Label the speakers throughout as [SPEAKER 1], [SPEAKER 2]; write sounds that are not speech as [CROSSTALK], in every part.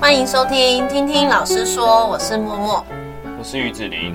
[SPEAKER 1] 欢迎收听《听听老师说》，我是默默。
[SPEAKER 2] 我是于子林。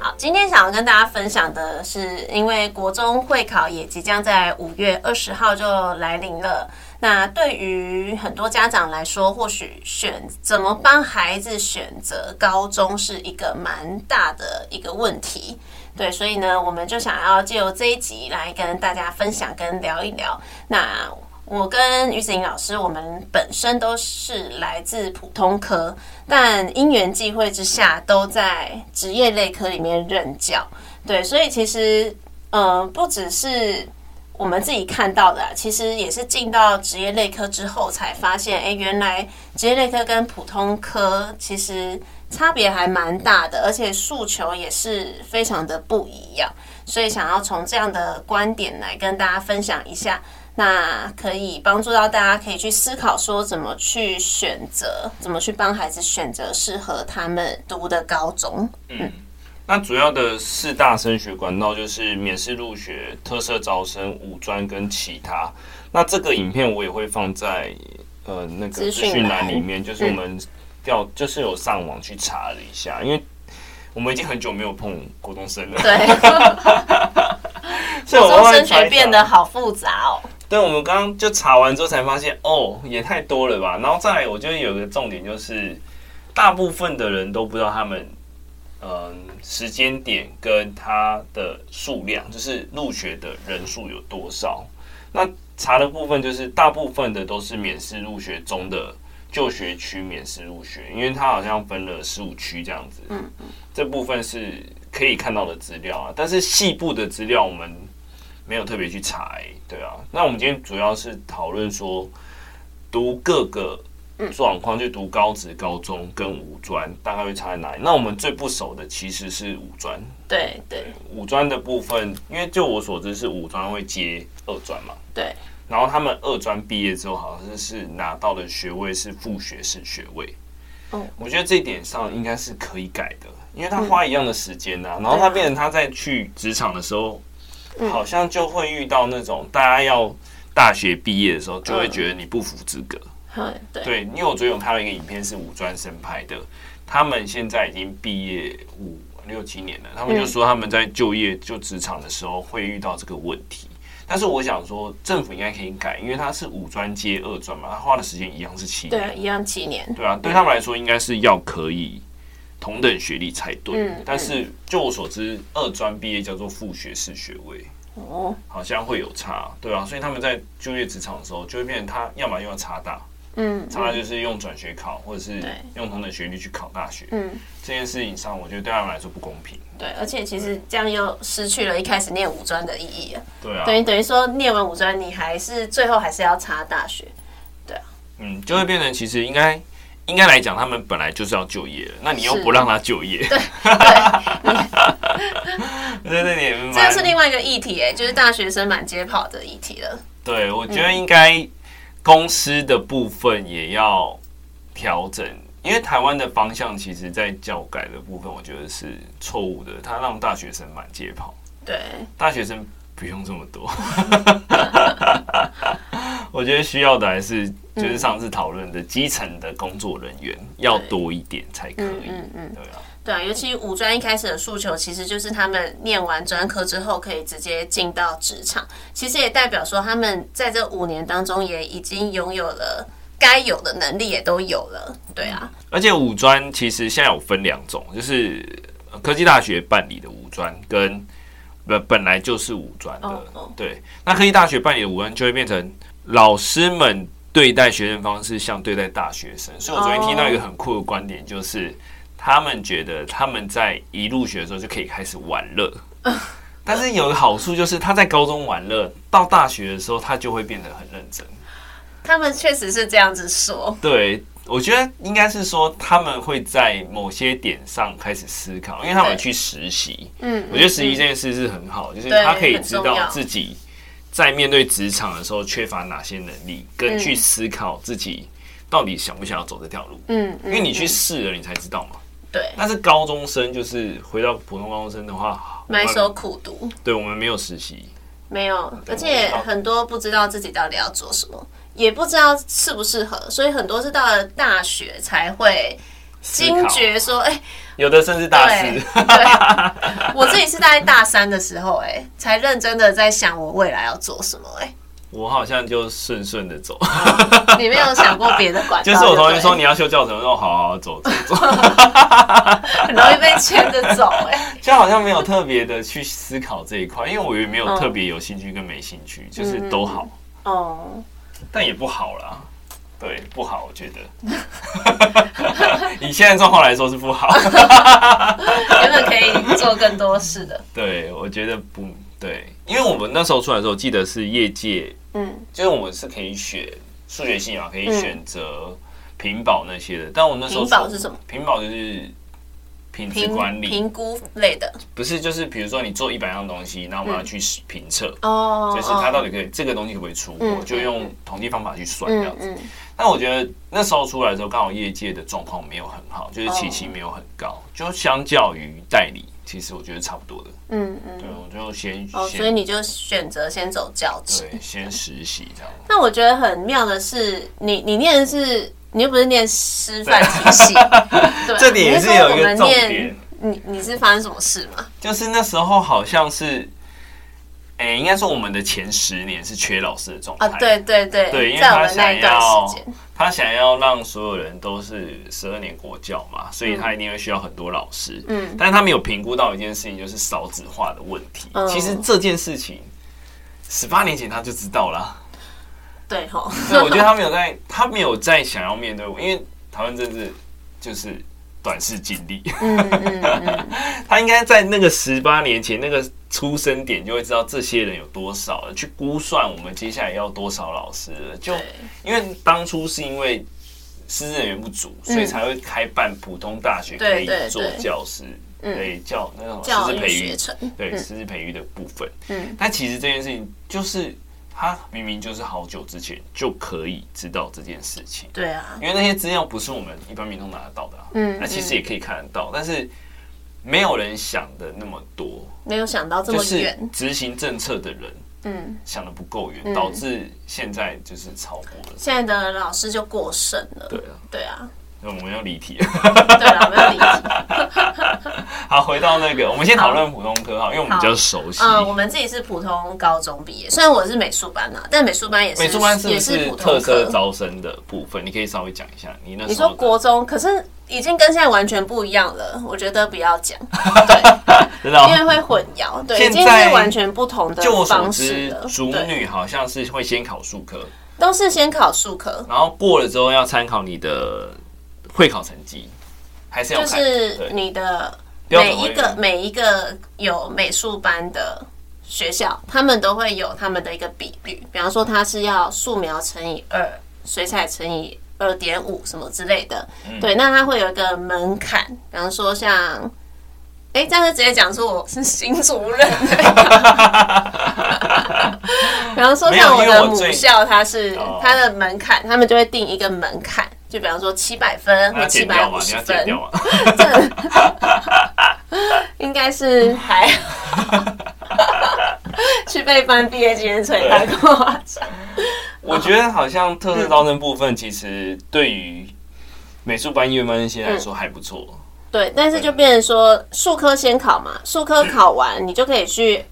[SPEAKER 1] 好，今天想要跟大家分享的是，因为国中会考也即将在五月二十号就来临了。那对于很多家长来说，或许选怎么帮孩子选择高中是一个蛮大的一个问题。对，所以呢，我们就想要借由这一集来跟大家分享跟聊一聊。那我跟于子颖老师，我们本身都是来自普通科，但因缘际会之下，都在职业类科里面任教。对，所以其实，嗯、不只是我们自己看到的啊、其实也是进到职业类科之后才发现，哎，原来职业类科跟普通科其实差别还蛮大的，而且诉求也是非常的不一样。所以想要从这样的观点来跟大家分享一下，那可以帮助到大家可以去思考说怎么去选择，怎么去帮孩子选择适合他们读的高
[SPEAKER 2] [LAUGHS]
[SPEAKER 1] 中。
[SPEAKER 2] 那主要的四大升学管道就是免试入学、特色招生、五专跟其他。那这个影片我也会放在呃那个
[SPEAKER 1] 资
[SPEAKER 2] 资
[SPEAKER 1] 讯
[SPEAKER 2] 讯
[SPEAKER 1] 栏嗯
[SPEAKER 2] 栏里面，就是我们调、就是有上网去查了一下，因为我们已经很久没有碰国中生了，
[SPEAKER 1] 对，
[SPEAKER 2] [LAUGHS] 所以我慢
[SPEAKER 1] 中
[SPEAKER 2] 慢
[SPEAKER 1] 升
[SPEAKER 2] 查一
[SPEAKER 1] 学
[SPEAKER 2] 查
[SPEAKER 1] 变得好复杂哦。
[SPEAKER 2] 对，我们刚刚就查完之后才发现，哦，也太多了吧。然后再来，我觉得有一个重点就是，大部分的人都不知道他们，嗯、时间点跟他的数量，就是入学的人数有多少。那查的部分就是，大部分的都是免试入学中的就学区免试入学，因为它好像分了十五区这样子。
[SPEAKER 1] 嗯
[SPEAKER 2] 这部分是可以看到的资料啊，但是细部的资料我们没有特别去查、欸，对啊。那我们今天主要是讨论说，读各个状况，就读高职、高中跟五专，大概会差在哪里？那我们最不熟的其实是五专，
[SPEAKER 1] 对对
[SPEAKER 2] 五专的部分，因为就我所知是五专会接二专嘛，
[SPEAKER 1] 对，
[SPEAKER 2] 然后他们二专毕业之后，好像是拿到的学位是副学士学位。
[SPEAKER 1] 哦
[SPEAKER 2] 我觉得这一点上应该是可以改的，因为他花一样的时间呐、然后他变成他在去职场的时候，好像就会遇到那种大家要大学毕业的时候，就会觉得你不符资格。
[SPEAKER 1] 嗯对
[SPEAKER 2] 对，因为我昨天有看到一个影片是五专生拍的，他们现在已经毕业五六七年了，他
[SPEAKER 1] 嗯
[SPEAKER 2] 们就说他们在就业就职场的时候会遇到这个问题。但是我想说，政府应该可以改，因为他是五专接二专嘛，他花的时间一样是七
[SPEAKER 1] 对，
[SPEAKER 2] 年，
[SPEAKER 1] 一样七年。
[SPEAKER 2] 对啊，对他们来说应该是要可以同等学历才对。
[SPEAKER 1] 嗯
[SPEAKER 2] 但是就我所知，二专毕业叫做副学士学位，
[SPEAKER 1] 哦，
[SPEAKER 2] 好像会有差，对啊，所以他们在就业职场的时候，就会变成他要么用差大，
[SPEAKER 1] 嗯
[SPEAKER 2] 常常就是用转学考，或者是
[SPEAKER 1] 对
[SPEAKER 2] 用同等学历去考大学。
[SPEAKER 1] 嗯，
[SPEAKER 2] 这件事情上，我觉得对他们来说不公平。
[SPEAKER 1] 对，而且其实这样又失去了一开始念五专的意义了。
[SPEAKER 2] 对啊
[SPEAKER 1] 等于等于说，念完五专，你还是最后还是要插大学。
[SPEAKER 2] 嗯，就会变成其实应该应该来讲，他们本来就是要就业了，那你又
[SPEAKER 1] 是
[SPEAKER 2] 不让他就业，对，
[SPEAKER 1] [LAUGHS]
[SPEAKER 2] 对对，也蛮
[SPEAKER 1] 这又是另外一个议题、哎，就是大学生满街跑的议题了。
[SPEAKER 2] 对，我
[SPEAKER 1] 嗯
[SPEAKER 2] 觉得应该公司的部分也要调整，因为台湾的方向其实在教改的部分，我觉得是错误的，他让大学生满街跑。
[SPEAKER 1] 对，
[SPEAKER 2] 大学生不用这么多， [LAUGHS] 我觉得需要的还是就是
[SPEAKER 1] 嗯
[SPEAKER 2] 上次讨论的基层的工作人员要多一点才可以。
[SPEAKER 1] 嗯嗯
[SPEAKER 2] 对啊，
[SPEAKER 1] 对啊，尤其五专一开始的诉求，其实就是他们念完专科之后可以直接进到职场，其实也代表说他们在这五年当中也已经拥有了该有的能力，也都有了。对啊，
[SPEAKER 2] 而且五专其实现在有分两种，就是呃科技大学办理的五专跟本本来就是五专的
[SPEAKER 1] 哦哦
[SPEAKER 2] 对。那科技大学办理的五专就会变成老师们对待学生方式像对待大学生，所以我昨天听到一个很酷的观点，就是他们觉得他们在一入学的时候就可以开始玩乐。但是有个好处就是，他在高中玩乐，到大学的时候他就会变得很认真。
[SPEAKER 1] 他们确实是这样子说。
[SPEAKER 2] 对，我觉得应该是说他们会在某些点上开始思考，因为他们有去实习。
[SPEAKER 1] 嗯，
[SPEAKER 2] 我觉得实习这件事是很好，就是
[SPEAKER 1] 对
[SPEAKER 2] 他可以
[SPEAKER 1] 很
[SPEAKER 2] 知
[SPEAKER 1] 重要
[SPEAKER 2] 道自己在面对职场的时候缺乏哪些能力，跟去思考自己到底想不想要走这条路。
[SPEAKER 1] 嗯，
[SPEAKER 2] 因为你去试了，你才知道嘛。
[SPEAKER 1] 对，
[SPEAKER 2] 但是高中生就是回到普通高中生的话，我
[SPEAKER 1] 埋
[SPEAKER 2] 们
[SPEAKER 1] 首苦读
[SPEAKER 2] 对我们没有实习，
[SPEAKER 1] 没有，
[SPEAKER 2] 嗯对
[SPEAKER 1] 而且很多不知道自己到底要做什么，也不知道适不适合，所以很多是到了大学才会
[SPEAKER 2] 思
[SPEAKER 1] 惊
[SPEAKER 2] 考
[SPEAKER 1] 觉说，哎、
[SPEAKER 2] 有的甚至大
[SPEAKER 1] 对
[SPEAKER 2] 四，
[SPEAKER 1] 对，我自己是在大三的时候、哎，才认真的在想我未来要做什么、
[SPEAKER 2] 我好像就顺顺的走， [LAUGHS]
[SPEAKER 1] 哎，你没有想过别的管道？
[SPEAKER 2] 就是我同学说
[SPEAKER 1] 对
[SPEAKER 2] 你要修教程，我说哦好好好走走走，
[SPEAKER 1] 很容易被牵着走、哎，
[SPEAKER 2] 就好像没有特别的去思考这一块，因为我也没有
[SPEAKER 1] 嗯
[SPEAKER 2] 特别有兴趣跟没兴趣，就是都好，
[SPEAKER 1] 哦，
[SPEAKER 2] 嗯但也不好啦。对，不好，我觉得。 [LAUGHS] 以现在状况来说是不
[SPEAKER 1] [LAUGHS]
[SPEAKER 2] 好。
[SPEAKER 1] [LAUGHS] 原本可以做更多事的，
[SPEAKER 2] 对，我觉得不对，因为我们那时候出来的时候，我记得是业界，
[SPEAKER 1] 嗯
[SPEAKER 2] 就是我们是可以选数学系嘛，可以选择屏保那些的。但我那时候
[SPEAKER 1] 屏保是什么？
[SPEAKER 2] 屏保就是品质
[SPEAKER 1] 评
[SPEAKER 2] 管理，
[SPEAKER 1] 评估类的，
[SPEAKER 2] 不是就是比如说你做一百样东西，然
[SPEAKER 1] 嗯
[SPEAKER 2] 后我们要去评测，
[SPEAKER 1] 哦，
[SPEAKER 2] 就是它到底可以这个东西可不可以出货，
[SPEAKER 1] 嗯
[SPEAKER 2] 就用统计方法去算这
[SPEAKER 1] 嗯
[SPEAKER 2] 样子。
[SPEAKER 1] 嗯
[SPEAKER 2] 但我觉得那时候出来的时候，刚好业界的状况没有很好，就是起
[SPEAKER 1] 哦
[SPEAKER 2] 薪没有很高，就相较于代理，其实我觉得差不多的。
[SPEAKER 1] 嗯
[SPEAKER 2] 对，
[SPEAKER 1] 嗯，
[SPEAKER 2] 我就先
[SPEAKER 1] 哦，所以
[SPEAKER 2] 先
[SPEAKER 1] 你就选择先走教职。
[SPEAKER 2] 对先实习这样。
[SPEAKER 1] 那我觉得很妙的是，你你念的是，你又不是念师范体
[SPEAKER 2] [LAUGHS]
[SPEAKER 1] 系，对，
[SPEAKER 2] 这点也是有一个
[SPEAKER 1] 你是说我们
[SPEAKER 2] 重点，
[SPEAKER 1] 念。你你是发生什么事吗？
[SPEAKER 2] 就是那时候好像是，哎，应该说我们的前十年是缺老师的状态。
[SPEAKER 1] 啊，对对对，
[SPEAKER 2] 哎对，因为
[SPEAKER 1] 在我
[SPEAKER 2] 他
[SPEAKER 1] 们那
[SPEAKER 2] 想
[SPEAKER 1] 一段
[SPEAKER 2] 要
[SPEAKER 1] 时间，
[SPEAKER 2] 他想要让所有人都是十二年国教嘛，所以他一定会需要很多老师。
[SPEAKER 1] 嗯
[SPEAKER 2] 但是他没有评估到一件事情，就是少子化的问题。
[SPEAKER 1] 嗯
[SPEAKER 2] 其实这件事情十八年前他就知道啦，
[SPEAKER 1] 对吼，
[SPEAKER 2] [LAUGHS] 所以我觉得他没有在，他没有在想要面对我，因为台湾政治就是短视近利。
[SPEAKER 1] 嗯嗯嗯，
[SPEAKER 2] [LAUGHS] 他应该在那个十八年前那个出生点就会知道这些人有多少了，去估算我们接下来要多少老师了。就
[SPEAKER 1] 对
[SPEAKER 2] 因为当初是因为师资人员不足，所以才会开办普通大学
[SPEAKER 1] 嗯
[SPEAKER 2] 可
[SPEAKER 1] 对
[SPEAKER 2] 以
[SPEAKER 1] 对
[SPEAKER 2] 做
[SPEAKER 1] 对
[SPEAKER 2] 教师，
[SPEAKER 1] 嗯
[SPEAKER 2] 对教那
[SPEAKER 1] [LAUGHS]
[SPEAKER 2] 种
[SPEAKER 1] 教
[SPEAKER 2] 师资
[SPEAKER 1] 育
[SPEAKER 2] 培
[SPEAKER 1] 学
[SPEAKER 2] 育，
[SPEAKER 1] 程，
[SPEAKER 2] 对师资培育的部分。
[SPEAKER 1] 嗯
[SPEAKER 2] 但其实这件事情就是他明明就是好久之前就可以知道这件事情。
[SPEAKER 1] 对啊，
[SPEAKER 2] 因为那些资料不是我们一般民众拿得到的、啊，
[SPEAKER 1] 嗯
[SPEAKER 2] 那其实也可以看得到，但是没有人想的那么多，
[SPEAKER 1] 没有想到这
[SPEAKER 2] 就
[SPEAKER 1] 么
[SPEAKER 2] 是
[SPEAKER 1] 远，
[SPEAKER 2] 执行政策的人
[SPEAKER 1] 嗯，
[SPEAKER 2] 想的不够远，
[SPEAKER 1] 嗯
[SPEAKER 2] 导致现在就是超过了。
[SPEAKER 1] 现在的老师就过剩了，
[SPEAKER 2] 对啊，
[SPEAKER 1] 对啊，
[SPEAKER 2] 那我们要离题。
[SPEAKER 1] 对啊，没有理解。
[SPEAKER 2] 好，回到那个，我们先讨论普通科哈，因为我们比较熟悉。
[SPEAKER 1] 嗯，我们自己是普通高中毕业，虽然我是美术班啊，但美术班也是
[SPEAKER 2] 美术班是不
[SPEAKER 1] 也是
[SPEAKER 2] 是
[SPEAKER 1] 普
[SPEAKER 2] 特
[SPEAKER 1] 通
[SPEAKER 2] 色
[SPEAKER 1] 科。
[SPEAKER 2] 招生的部分？你可以稍微讲一下你那
[SPEAKER 1] 你
[SPEAKER 2] 时候
[SPEAKER 1] 说
[SPEAKER 2] 的
[SPEAKER 1] 国中，可是已经跟现在完全不一样了，我觉得不要讲，对，
[SPEAKER 2] 知道
[SPEAKER 1] 因为会混淆，对，已
[SPEAKER 2] 哦现在
[SPEAKER 1] 经是完全不同的
[SPEAKER 2] 就我所
[SPEAKER 1] 方式
[SPEAKER 2] 知
[SPEAKER 1] 了，，
[SPEAKER 2] 主
[SPEAKER 1] 对，
[SPEAKER 2] 女好像是会先考数科，
[SPEAKER 1] 都是先考数科，
[SPEAKER 2] 然后过了之后要参考你的会考成绩，还是要
[SPEAKER 1] 就
[SPEAKER 2] 看
[SPEAKER 1] 是
[SPEAKER 2] 对
[SPEAKER 1] 你的
[SPEAKER 2] 标
[SPEAKER 1] 每
[SPEAKER 2] 准会
[SPEAKER 1] 一个每一个有美术班的学校，他们都会有他们的一个比率，比方说它是要素描乘以二，水彩乘以二点五什么之类的。
[SPEAKER 2] 嗯
[SPEAKER 1] 对，那它会有一个门槛，比方说像。哎、这样就直接讲出我是新主
[SPEAKER 2] [LAUGHS]
[SPEAKER 1] 任。嗯 [LAUGHS] 比方说，
[SPEAKER 2] 没有
[SPEAKER 1] 像我
[SPEAKER 2] 因为
[SPEAKER 1] 的
[SPEAKER 2] 我
[SPEAKER 1] 母
[SPEAKER 2] 最
[SPEAKER 1] 校，它是
[SPEAKER 2] 哦
[SPEAKER 1] 它的门槛，他们就会定一个门槛，就比方说七百分
[SPEAKER 2] 那
[SPEAKER 1] 或
[SPEAKER 2] 要
[SPEAKER 1] 七
[SPEAKER 2] 剪
[SPEAKER 1] 百
[SPEAKER 2] 掉嘛
[SPEAKER 1] 五，
[SPEAKER 2] 你
[SPEAKER 1] 十
[SPEAKER 2] 要剪
[SPEAKER 1] 分。
[SPEAKER 2] 掉嘛。
[SPEAKER 1] 应该是还好，去被翻毕业纪念册也太夸张。
[SPEAKER 2] 我觉得好像特
[SPEAKER 1] 嗯
[SPEAKER 2] 色招生部分，其实对于美术班、音乐班那些
[SPEAKER 1] 嗯
[SPEAKER 2] 来说还不错。
[SPEAKER 1] 对，但是就变成说，数科先考嘛，数科考完，你就可以去，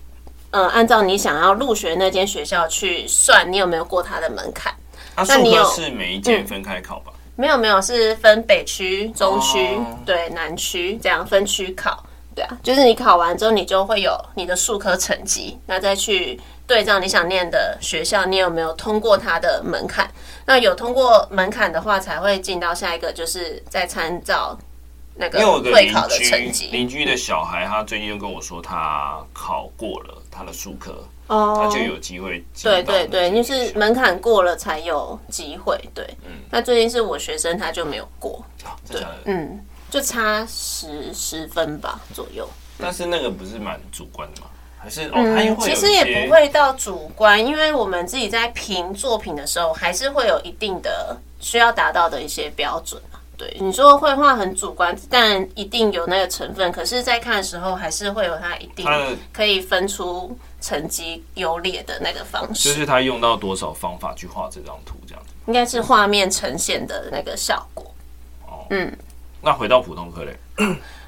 [SPEAKER 1] 呃，按照你想要入学那间学校去算你有没有过它的门槛。
[SPEAKER 2] 那
[SPEAKER 1] 那
[SPEAKER 2] 数
[SPEAKER 1] 你
[SPEAKER 2] 科
[SPEAKER 1] 有嗯
[SPEAKER 2] 是每一届分开考吧？
[SPEAKER 1] 没有没有，是分北区、中区、
[SPEAKER 2] 哦
[SPEAKER 1] 对南区这样分区考。对啊，就是你考完之后，你就会有你的数科成绩，那再去对照你想念的学校，你有没有通过它的门槛？那有通过门槛的话，才会进到下一个，就是再参照那个
[SPEAKER 2] 因为我的
[SPEAKER 1] 会考的成
[SPEAKER 2] 邻居
[SPEAKER 1] 绩。
[SPEAKER 2] 邻居的小孩，他最近就跟我说，他考过了他的数科，他
[SPEAKER 1] 哦
[SPEAKER 2] 就有机会进
[SPEAKER 1] 对
[SPEAKER 2] 到
[SPEAKER 1] 对对，
[SPEAKER 2] 那
[SPEAKER 1] 就
[SPEAKER 2] 间学
[SPEAKER 1] 是
[SPEAKER 2] 校
[SPEAKER 1] 门槛过了才有机会。对，
[SPEAKER 2] 嗯
[SPEAKER 1] 那最近是我学生他就没有过，
[SPEAKER 2] 真的假的
[SPEAKER 1] 嗯，就差十十分吧左右。
[SPEAKER 2] 但是那个不是蛮主观的嘛？还是哦，他也
[SPEAKER 1] 嗯，
[SPEAKER 2] 会有
[SPEAKER 1] 其
[SPEAKER 2] 一
[SPEAKER 1] 实也
[SPEAKER 2] 些
[SPEAKER 1] 不会到主观，因为我们自己在评作品的时候，还是会有一定的需要达到的一些标准啊。对，你说绘画很主观，但一定有那个成分。可是，在看的时候，还是会有它一定
[SPEAKER 2] 它的
[SPEAKER 1] 可以分出成绩优劣的那个方
[SPEAKER 2] 就
[SPEAKER 1] 式，
[SPEAKER 2] 是他用到多少方法去画这张图这样子。
[SPEAKER 1] 应该是画面呈现的那个效果。
[SPEAKER 2] 那回到普通科类，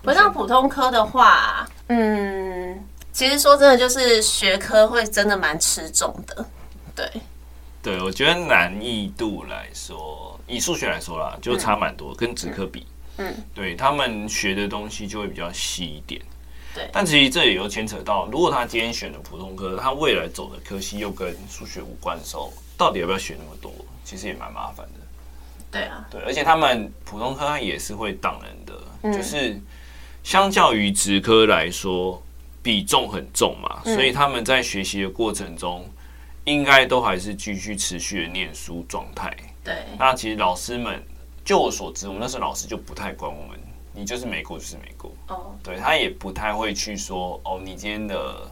[SPEAKER 1] 回到普通科的话，嗯，其实说真的，就是学科会真的蛮吃重的。对，
[SPEAKER 2] 对我觉得难易度来说，以数学来说啦，就差蛮多，跟职科比，
[SPEAKER 1] 嗯，
[SPEAKER 2] 对他们学的东西就会比较细一点。
[SPEAKER 1] 对
[SPEAKER 2] 但其实这也有牵扯到，如果他今天选的普通科，他未来走的科系又跟数学无关的时候，到底要不要学那么多？其实也蛮麻烦的。
[SPEAKER 1] 对啊，
[SPEAKER 2] 对，而且他们普通科它也是会挡人的，就是相较于职科来说，比重很重嘛，所以他们在学习的过程中，应该都还是继续持续的念书状态。
[SPEAKER 1] 对，
[SPEAKER 2] 那其实老师们，就我所知，我们那时候老师就不太管我们，你就是没过就是没过，
[SPEAKER 1] 哦，
[SPEAKER 2] 对他也不太会去说哦，你今天的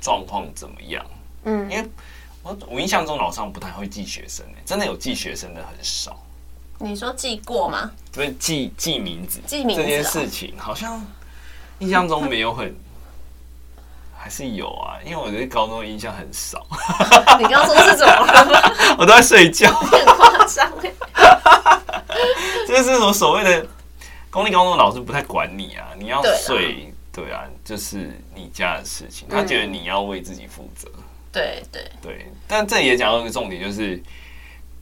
[SPEAKER 2] 状况怎么样？
[SPEAKER 1] 嗯
[SPEAKER 2] 因为我我印象中老师好像不太会记学生、欸，真的有记学生的很少。
[SPEAKER 1] 你说记过吗？
[SPEAKER 2] 所以记记名字，
[SPEAKER 1] 记名字
[SPEAKER 2] 这件
[SPEAKER 1] 啊
[SPEAKER 2] 事情好像印象中没有很，还是有啊，因为我对高中印象很少，
[SPEAKER 1] 你刚说是怎么了吗？
[SPEAKER 2] 我都在睡觉，
[SPEAKER 1] 很夸张欸
[SPEAKER 2] 这就是我所谓的公立高中老师不太管你啊，你要
[SPEAKER 1] 对啦
[SPEAKER 2] 睡，对啊，就是你家的事情，他
[SPEAKER 1] 嗯
[SPEAKER 2] 觉得你要为自己负责，
[SPEAKER 1] [LAUGHS] 对对，
[SPEAKER 2] 对，但这也讲到一个重点，就是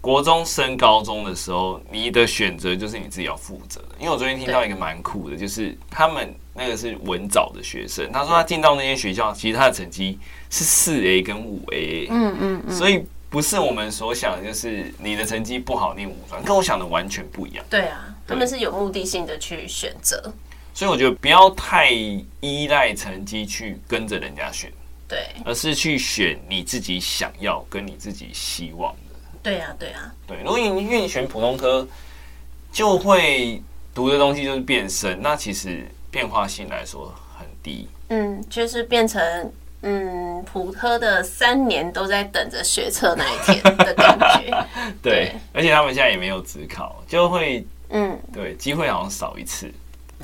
[SPEAKER 2] 国中升高中的时候，你的选择就是你自己要负责的。因为我昨天听到一个蛮酷的，就是他们那个是文藻的学生，他说他进到那些学校，其实他的成绩是四 A 跟五 A，
[SPEAKER 1] 嗯嗯嗯，
[SPEAKER 2] 所以不是我们所想的，就是你的成绩不好念五专，跟我想的完全不一样。
[SPEAKER 1] 对啊，他们是有目的性的去选择，
[SPEAKER 2] 所以我觉得不要太依赖成绩去跟着人家选，
[SPEAKER 1] 对
[SPEAKER 2] 而是去选你自己想要跟你自己希望的。
[SPEAKER 1] 对啊对啊，
[SPEAKER 2] 对，如果你因为你选普通科，就会读的东西就是变深，那其实变化性来说很低。
[SPEAKER 1] 嗯，就是变成嗯普科的三年都在等着学测那一天的感觉，对
[SPEAKER 2] 而且他们现在也没有职考，就会
[SPEAKER 1] [LAUGHS] 嗯。
[SPEAKER 2] 对机会好像少一次。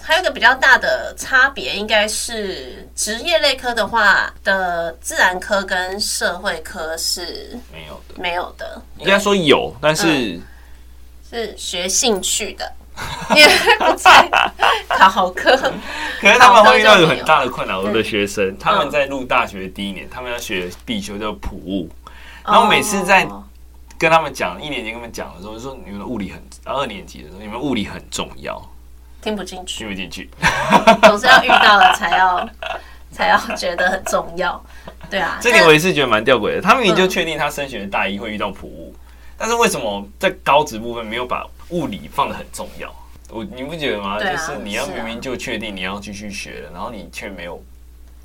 [SPEAKER 1] 还有一个比较大的差别，应该是职业类科的话的自然科跟社会科是
[SPEAKER 2] 没有的，
[SPEAKER 1] 没有的，
[SPEAKER 2] 应该说有，但是、
[SPEAKER 1] 是学兴趣
[SPEAKER 2] [LAUGHS]
[SPEAKER 1] 的，因为不在考科。
[SPEAKER 2] [LAUGHS] 可是他们会遇到有很大的困扰。我的学生、他们在入大学第一年，他们要学必修叫普物，然后每次在
[SPEAKER 1] 哦
[SPEAKER 2] 跟他们讲一年级跟他们讲的时候，就说你们的物理很，二年级的时候你们物理很重要，
[SPEAKER 1] 听不进
[SPEAKER 2] 听
[SPEAKER 1] 去，
[SPEAKER 2] 不进去。
[SPEAKER 1] 总是要遇到了才要才要觉得很重要，对啊。
[SPEAKER 2] 这
[SPEAKER 1] 但嗯
[SPEAKER 2] 点我也是觉得蛮吊诡的。他明明就确定他升学的大一会遇到普物，但是为什么在高职部分没有把物理放得很重要？我你不觉得吗？
[SPEAKER 1] 对啊
[SPEAKER 2] 就是你要
[SPEAKER 1] 是啊
[SPEAKER 2] 明明就确定你要继续学了，然后你却没有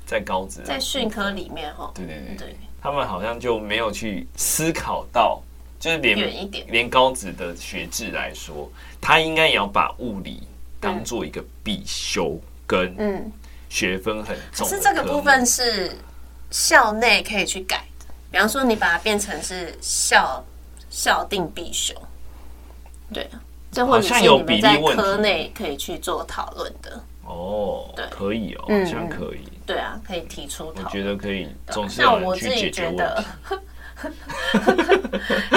[SPEAKER 2] 在高职的
[SPEAKER 1] 在训科里面哦，
[SPEAKER 2] 对对对，
[SPEAKER 1] 对，
[SPEAKER 2] 他们好像就没有去思考到，就是
[SPEAKER 1] 远一
[SPEAKER 2] 连
[SPEAKER 1] 点
[SPEAKER 2] 连高职的学制来说，他应该也要把物理当做一个必修跟
[SPEAKER 1] 嗯，
[SPEAKER 2] 学分很
[SPEAKER 1] 可
[SPEAKER 2] 重的科目。
[SPEAKER 1] 是这个部分是校内可以去改的，比方说你把它变成是校校定必修，对啊，这或者
[SPEAKER 2] 好
[SPEAKER 1] 是
[SPEAKER 2] 像有
[SPEAKER 1] 你
[SPEAKER 2] 比
[SPEAKER 1] 们
[SPEAKER 2] 例
[SPEAKER 1] 在
[SPEAKER 2] 问题
[SPEAKER 1] 科内可以去做讨论的，
[SPEAKER 2] 哦
[SPEAKER 1] 对，
[SPEAKER 2] 可以哦，好
[SPEAKER 1] 嗯
[SPEAKER 2] 像
[SPEAKER 1] 嗯
[SPEAKER 2] 可以。
[SPEAKER 1] 对啊，可以提出
[SPEAKER 2] 我
[SPEAKER 1] 讨
[SPEAKER 2] 觉
[SPEAKER 1] 论。
[SPEAKER 2] 得可以总是
[SPEAKER 1] 像
[SPEAKER 2] 有
[SPEAKER 1] 我
[SPEAKER 2] 人
[SPEAKER 1] 自己
[SPEAKER 2] 去解决
[SPEAKER 1] 觉
[SPEAKER 2] 问
[SPEAKER 1] 得
[SPEAKER 2] 题。，
[SPEAKER 1] [LAUGHS]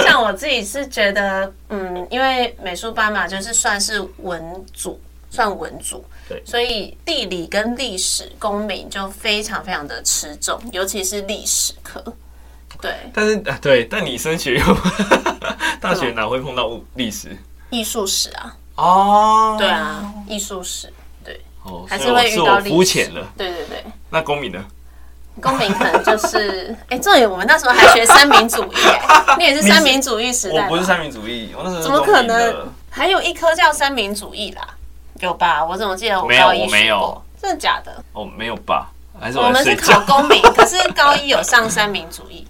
[SPEAKER 1] 像我自己是觉得，嗯，因为美术班嘛，就是算是文组，算文组，
[SPEAKER 2] 对
[SPEAKER 1] 所以地理跟历史、公民就非常非常的吃重，尤其是历史课，对，
[SPEAKER 2] 但是啊，对，但你升学又大学哪会碰到物历史
[SPEAKER 1] 艺术史啊，
[SPEAKER 2] 哦？
[SPEAKER 1] 对，啊，艺术史，对，
[SPEAKER 2] 哦，
[SPEAKER 1] 还是
[SPEAKER 2] 所以我
[SPEAKER 1] 会遇
[SPEAKER 2] 是
[SPEAKER 1] 到
[SPEAKER 2] 我
[SPEAKER 1] 历史
[SPEAKER 2] 肤浅了。
[SPEAKER 1] 对对对，
[SPEAKER 2] 那公民呢？
[SPEAKER 1] 公民可能就是， [LAUGHS] 哎、这里我们那时候还学三民主义、哎你也是三民主义时
[SPEAKER 2] 我
[SPEAKER 1] 代吧，
[SPEAKER 2] 不是三民主义，我那时候是
[SPEAKER 1] 怎么
[SPEAKER 2] 公
[SPEAKER 1] 可
[SPEAKER 2] 民的
[SPEAKER 1] 能？还有一科叫三民主义啦，有吧？我怎么记得我
[SPEAKER 2] 没有
[SPEAKER 1] 高一
[SPEAKER 2] 我没
[SPEAKER 1] 学
[SPEAKER 2] 有
[SPEAKER 1] 过，真的假的？
[SPEAKER 2] 哦，没有吧？还是
[SPEAKER 1] 我
[SPEAKER 2] 我在
[SPEAKER 1] 们是
[SPEAKER 2] 睡
[SPEAKER 1] 考
[SPEAKER 2] 觉？
[SPEAKER 1] 公
[SPEAKER 2] [LAUGHS]
[SPEAKER 1] 民，可是高一有上三民主义。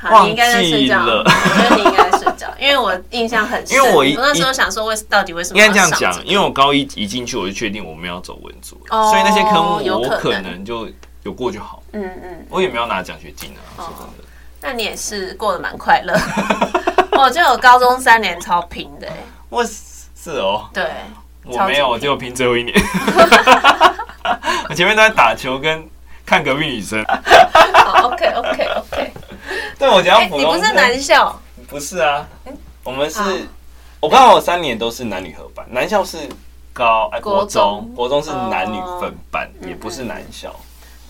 [SPEAKER 1] 好，
[SPEAKER 2] 忘
[SPEAKER 1] 你应该在睡觉，
[SPEAKER 2] 记了
[SPEAKER 1] 我觉得你应该在睡觉，
[SPEAKER 2] [LAUGHS]
[SPEAKER 1] 因为我印象很深。
[SPEAKER 2] 因为我一
[SPEAKER 1] 那时候想说为到底为什
[SPEAKER 2] 应
[SPEAKER 1] 么要
[SPEAKER 2] 该这样
[SPEAKER 1] 上
[SPEAKER 2] 讲，因为我高一一进去我就确定我们要走文组了，
[SPEAKER 1] 哦
[SPEAKER 2] 所以那些科
[SPEAKER 1] 有
[SPEAKER 2] 目我
[SPEAKER 1] 可
[SPEAKER 2] 可
[SPEAKER 1] 能
[SPEAKER 2] 能就有过就好，
[SPEAKER 1] 嗯嗯，哦
[SPEAKER 2] 我也没有拿奖学金啊，说真的。
[SPEAKER 1] 那你 [LAUGHS] 也是过得蛮快乐。我觉得我高中三年超平的、欸，
[SPEAKER 2] 我是哦，
[SPEAKER 1] 对，
[SPEAKER 2] 我没有，
[SPEAKER 1] 超级
[SPEAKER 2] 我只有拼最后一年。 [LAUGHS] 我前面都在打球跟看隔壁女生。
[SPEAKER 1] 好，OK OK
[SPEAKER 2] [LAUGHS]
[SPEAKER 1] OK。
[SPEAKER 2] 对，我讲
[SPEAKER 1] 哎，
[SPEAKER 2] 普
[SPEAKER 1] 你
[SPEAKER 2] 通
[SPEAKER 1] 不
[SPEAKER 2] 生。
[SPEAKER 1] 是男校？
[SPEAKER 2] 不是啊，我们是
[SPEAKER 1] 好，
[SPEAKER 2] 我刚好三年都是男女合班，男校是高哎
[SPEAKER 1] 国
[SPEAKER 2] 国中
[SPEAKER 1] 中，
[SPEAKER 2] 国中是男女分班，
[SPEAKER 1] 哦
[SPEAKER 2] 也不是男校。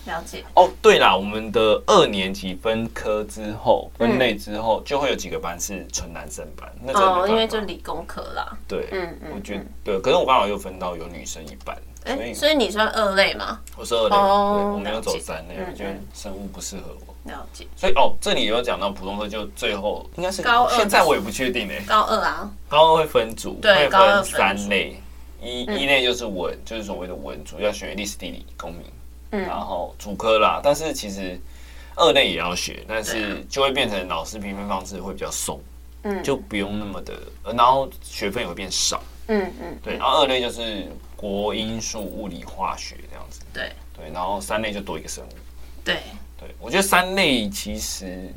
[SPEAKER 1] 了解，
[SPEAKER 2] 哦，对啦，我们的二年级分科之后，
[SPEAKER 1] 嗯
[SPEAKER 2] 分类之后，就会有几个班是纯男生班，那真的没办
[SPEAKER 1] 哦，
[SPEAKER 2] 法
[SPEAKER 1] 因为就理工科啦。
[SPEAKER 2] 对，
[SPEAKER 1] 嗯嗯
[SPEAKER 2] 我觉得对，可是我刚好又分到有女生一班，所
[SPEAKER 1] 哎，
[SPEAKER 2] 以
[SPEAKER 1] 所以你算二类吗？
[SPEAKER 2] 我是二类，
[SPEAKER 1] 哦
[SPEAKER 2] 对我没有
[SPEAKER 1] 了
[SPEAKER 2] 走
[SPEAKER 1] 解
[SPEAKER 2] 三类，
[SPEAKER 1] 嗯
[SPEAKER 2] 我觉得
[SPEAKER 1] 嗯
[SPEAKER 2] 生物不适合我。
[SPEAKER 1] 了解，
[SPEAKER 2] 所以哦，这里有讲到普通科，就最后应该是
[SPEAKER 1] 高二
[SPEAKER 2] 现在我也不确定哎，
[SPEAKER 1] 高二啊，
[SPEAKER 2] 高二会分组，
[SPEAKER 1] 对
[SPEAKER 2] 会
[SPEAKER 1] 高二分组
[SPEAKER 2] 三类，一
[SPEAKER 1] 嗯
[SPEAKER 2] 一类就是文，就是所谓的文组，要学历史、地理、公民，
[SPEAKER 1] 嗯
[SPEAKER 2] 然后主科啦。但是其实二类也要学，但
[SPEAKER 1] 对
[SPEAKER 2] 是就会变成老师评分方式会比较松，
[SPEAKER 1] 嗯，
[SPEAKER 2] 就不用那么的，呃然后学分也会变少。
[SPEAKER 1] 嗯嗯，
[SPEAKER 2] 对，然后二类就是国英数、物理、化学这样子。
[SPEAKER 1] 对
[SPEAKER 2] 对，然后三类就多一个生物。
[SPEAKER 1] 对，
[SPEAKER 2] 对，我觉得三类其实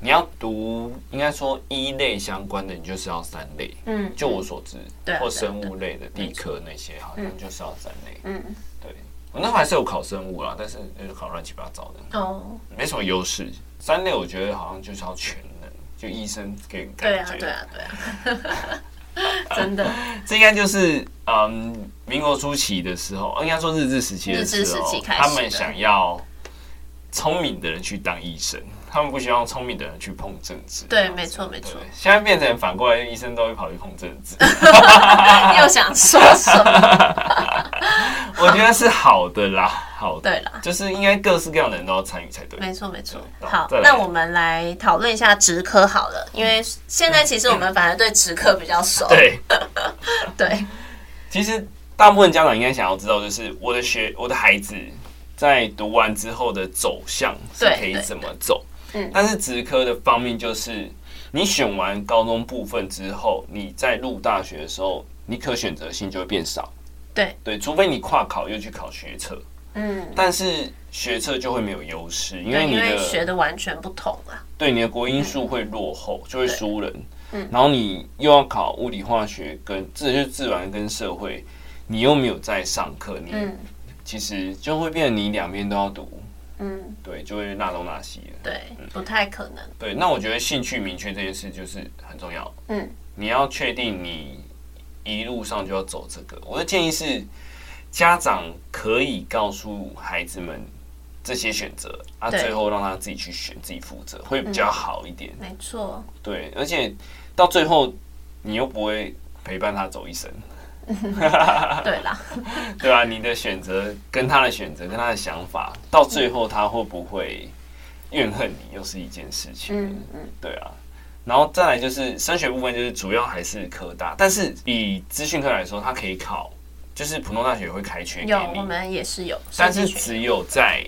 [SPEAKER 2] 你要读，应该说一类相关的，你就是要三类。
[SPEAKER 1] 嗯，
[SPEAKER 2] 就我所知，
[SPEAKER 1] 对啊
[SPEAKER 2] 或
[SPEAKER 1] 对啊
[SPEAKER 2] 生物类的地科那些，好像就是要三类。
[SPEAKER 1] 嗯
[SPEAKER 2] 对，我那时候还是有考生物啦，但是就是考乱七八糟的，
[SPEAKER 1] 哦，
[SPEAKER 2] 没什么优势。三类我觉得好像就是要全能，就医生给人
[SPEAKER 1] 对
[SPEAKER 2] 感
[SPEAKER 1] 啊
[SPEAKER 2] 觉。
[SPEAKER 1] 对啊对啊， [LAUGHS] 真的，
[SPEAKER 2] 这应该就是嗯，民国初期的时候，应该说日治时期的时
[SPEAKER 1] 日治时
[SPEAKER 2] 候
[SPEAKER 1] 期，开始的
[SPEAKER 2] 他们想要聪明的人去当医生，他们不希望聪明的人去碰政治。
[SPEAKER 1] 对，没错没
[SPEAKER 2] 对
[SPEAKER 1] 错，， [LAUGHS]
[SPEAKER 2] 现在变成反过来，医生都会跑去碰政治。
[SPEAKER 1] 又想说什 [LAUGHS] 么？
[SPEAKER 2] 我觉得是好的啦，好的，
[SPEAKER 1] 对啦，
[SPEAKER 2] 就是应该各式各样的人都要参与才对。
[SPEAKER 1] 没错没错。
[SPEAKER 2] 对
[SPEAKER 1] 好
[SPEAKER 2] 再，来
[SPEAKER 1] 那我们来嗯讨论一下职科好了，因为现在其实我们反而对职科比较熟。
[SPEAKER 2] 对，
[SPEAKER 1] 对，
[SPEAKER 2] 其实大部分家长应该想要知道，就是我的学我的孩子在读完之后的走向是
[SPEAKER 1] 对
[SPEAKER 2] 可以
[SPEAKER 1] 对
[SPEAKER 2] 怎么走。
[SPEAKER 1] 嗯
[SPEAKER 2] 但是职科的方面就是，你选完高中部分之后，你在入大学的时候，你可选择性就会变少。
[SPEAKER 1] 对
[SPEAKER 2] 对，除非你跨考又去考学测，
[SPEAKER 1] 嗯，
[SPEAKER 2] 但是学测就会没有优势，因
[SPEAKER 1] 对
[SPEAKER 2] 为你
[SPEAKER 1] 因为
[SPEAKER 2] 的
[SPEAKER 1] 学的完全不同啊。
[SPEAKER 2] 对你的国音数会落后，就会输人。
[SPEAKER 1] 嗯
[SPEAKER 2] 然后你又要考物理、化学跟这就是自然跟社会，你又没有在上课，你
[SPEAKER 1] 嗯
[SPEAKER 2] 其实就会变成你两边都要读，
[SPEAKER 1] 嗯，
[SPEAKER 2] 对，就会那东那西的。
[SPEAKER 1] 对，不太可能。
[SPEAKER 2] 对，那我觉得兴趣明确这件事就是很重要。
[SPEAKER 1] 嗯，
[SPEAKER 2] 你要确定你一路上就要走这个。我的建议是，家长可以告诉孩子们这些选择，啊，
[SPEAKER 1] 对嗯
[SPEAKER 2] 最后让他自己去选，自己负责，会比较好一点。
[SPEAKER 1] 没错，
[SPEAKER 2] 对，而且到最后你又不会陪伴他走一生，啊
[SPEAKER 1] 对啦，
[SPEAKER 2] 对吧、你的选择跟他的选择跟他的想法，到最后他会不会怨恨你，又是一件事情。
[SPEAKER 1] 嗯嗯，
[SPEAKER 2] 对啊。然后再来就是升学部分，就是主要还是科大，但是以资讯科来说，它可以考，就是普通大学也会开缺给
[SPEAKER 1] 有我
[SPEAKER 2] 你，
[SPEAKER 1] 们也是有，
[SPEAKER 2] 但是
[SPEAKER 1] 甚至学
[SPEAKER 2] 只有在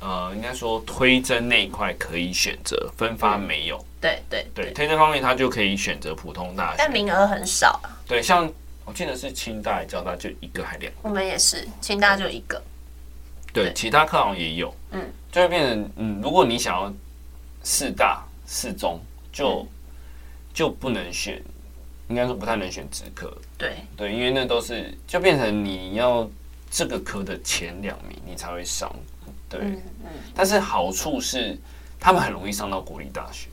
[SPEAKER 2] 呃，应该说推甄那一块可以选择，分发没有。
[SPEAKER 1] 对对
[SPEAKER 2] 对，
[SPEAKER 1] 嗯对，
[SPEAKER 2] 推甄方面它就可以选择普通大学，
[SPEAKER 1] 但名额很少啊。
[SPEAKER 2] 对，像我记得是清大、交大就一个还两个，
[SPEAKER 1] 我们也是，清大就一个，对
[SPEAKER 2] 对，其他科好像也有，
[SPEAKER 1] 嗯，
[SPEAKER 2] 就会变成，嗯，如果你想要四大、四中，就、就不能选，应该说不太能选职科，
[SPEAKER 1] 对
[SPEAKER 2] 对，因为那都是就变成你要这个科的前两名你才会上，对，但是好处是他们很容易上到国立大学，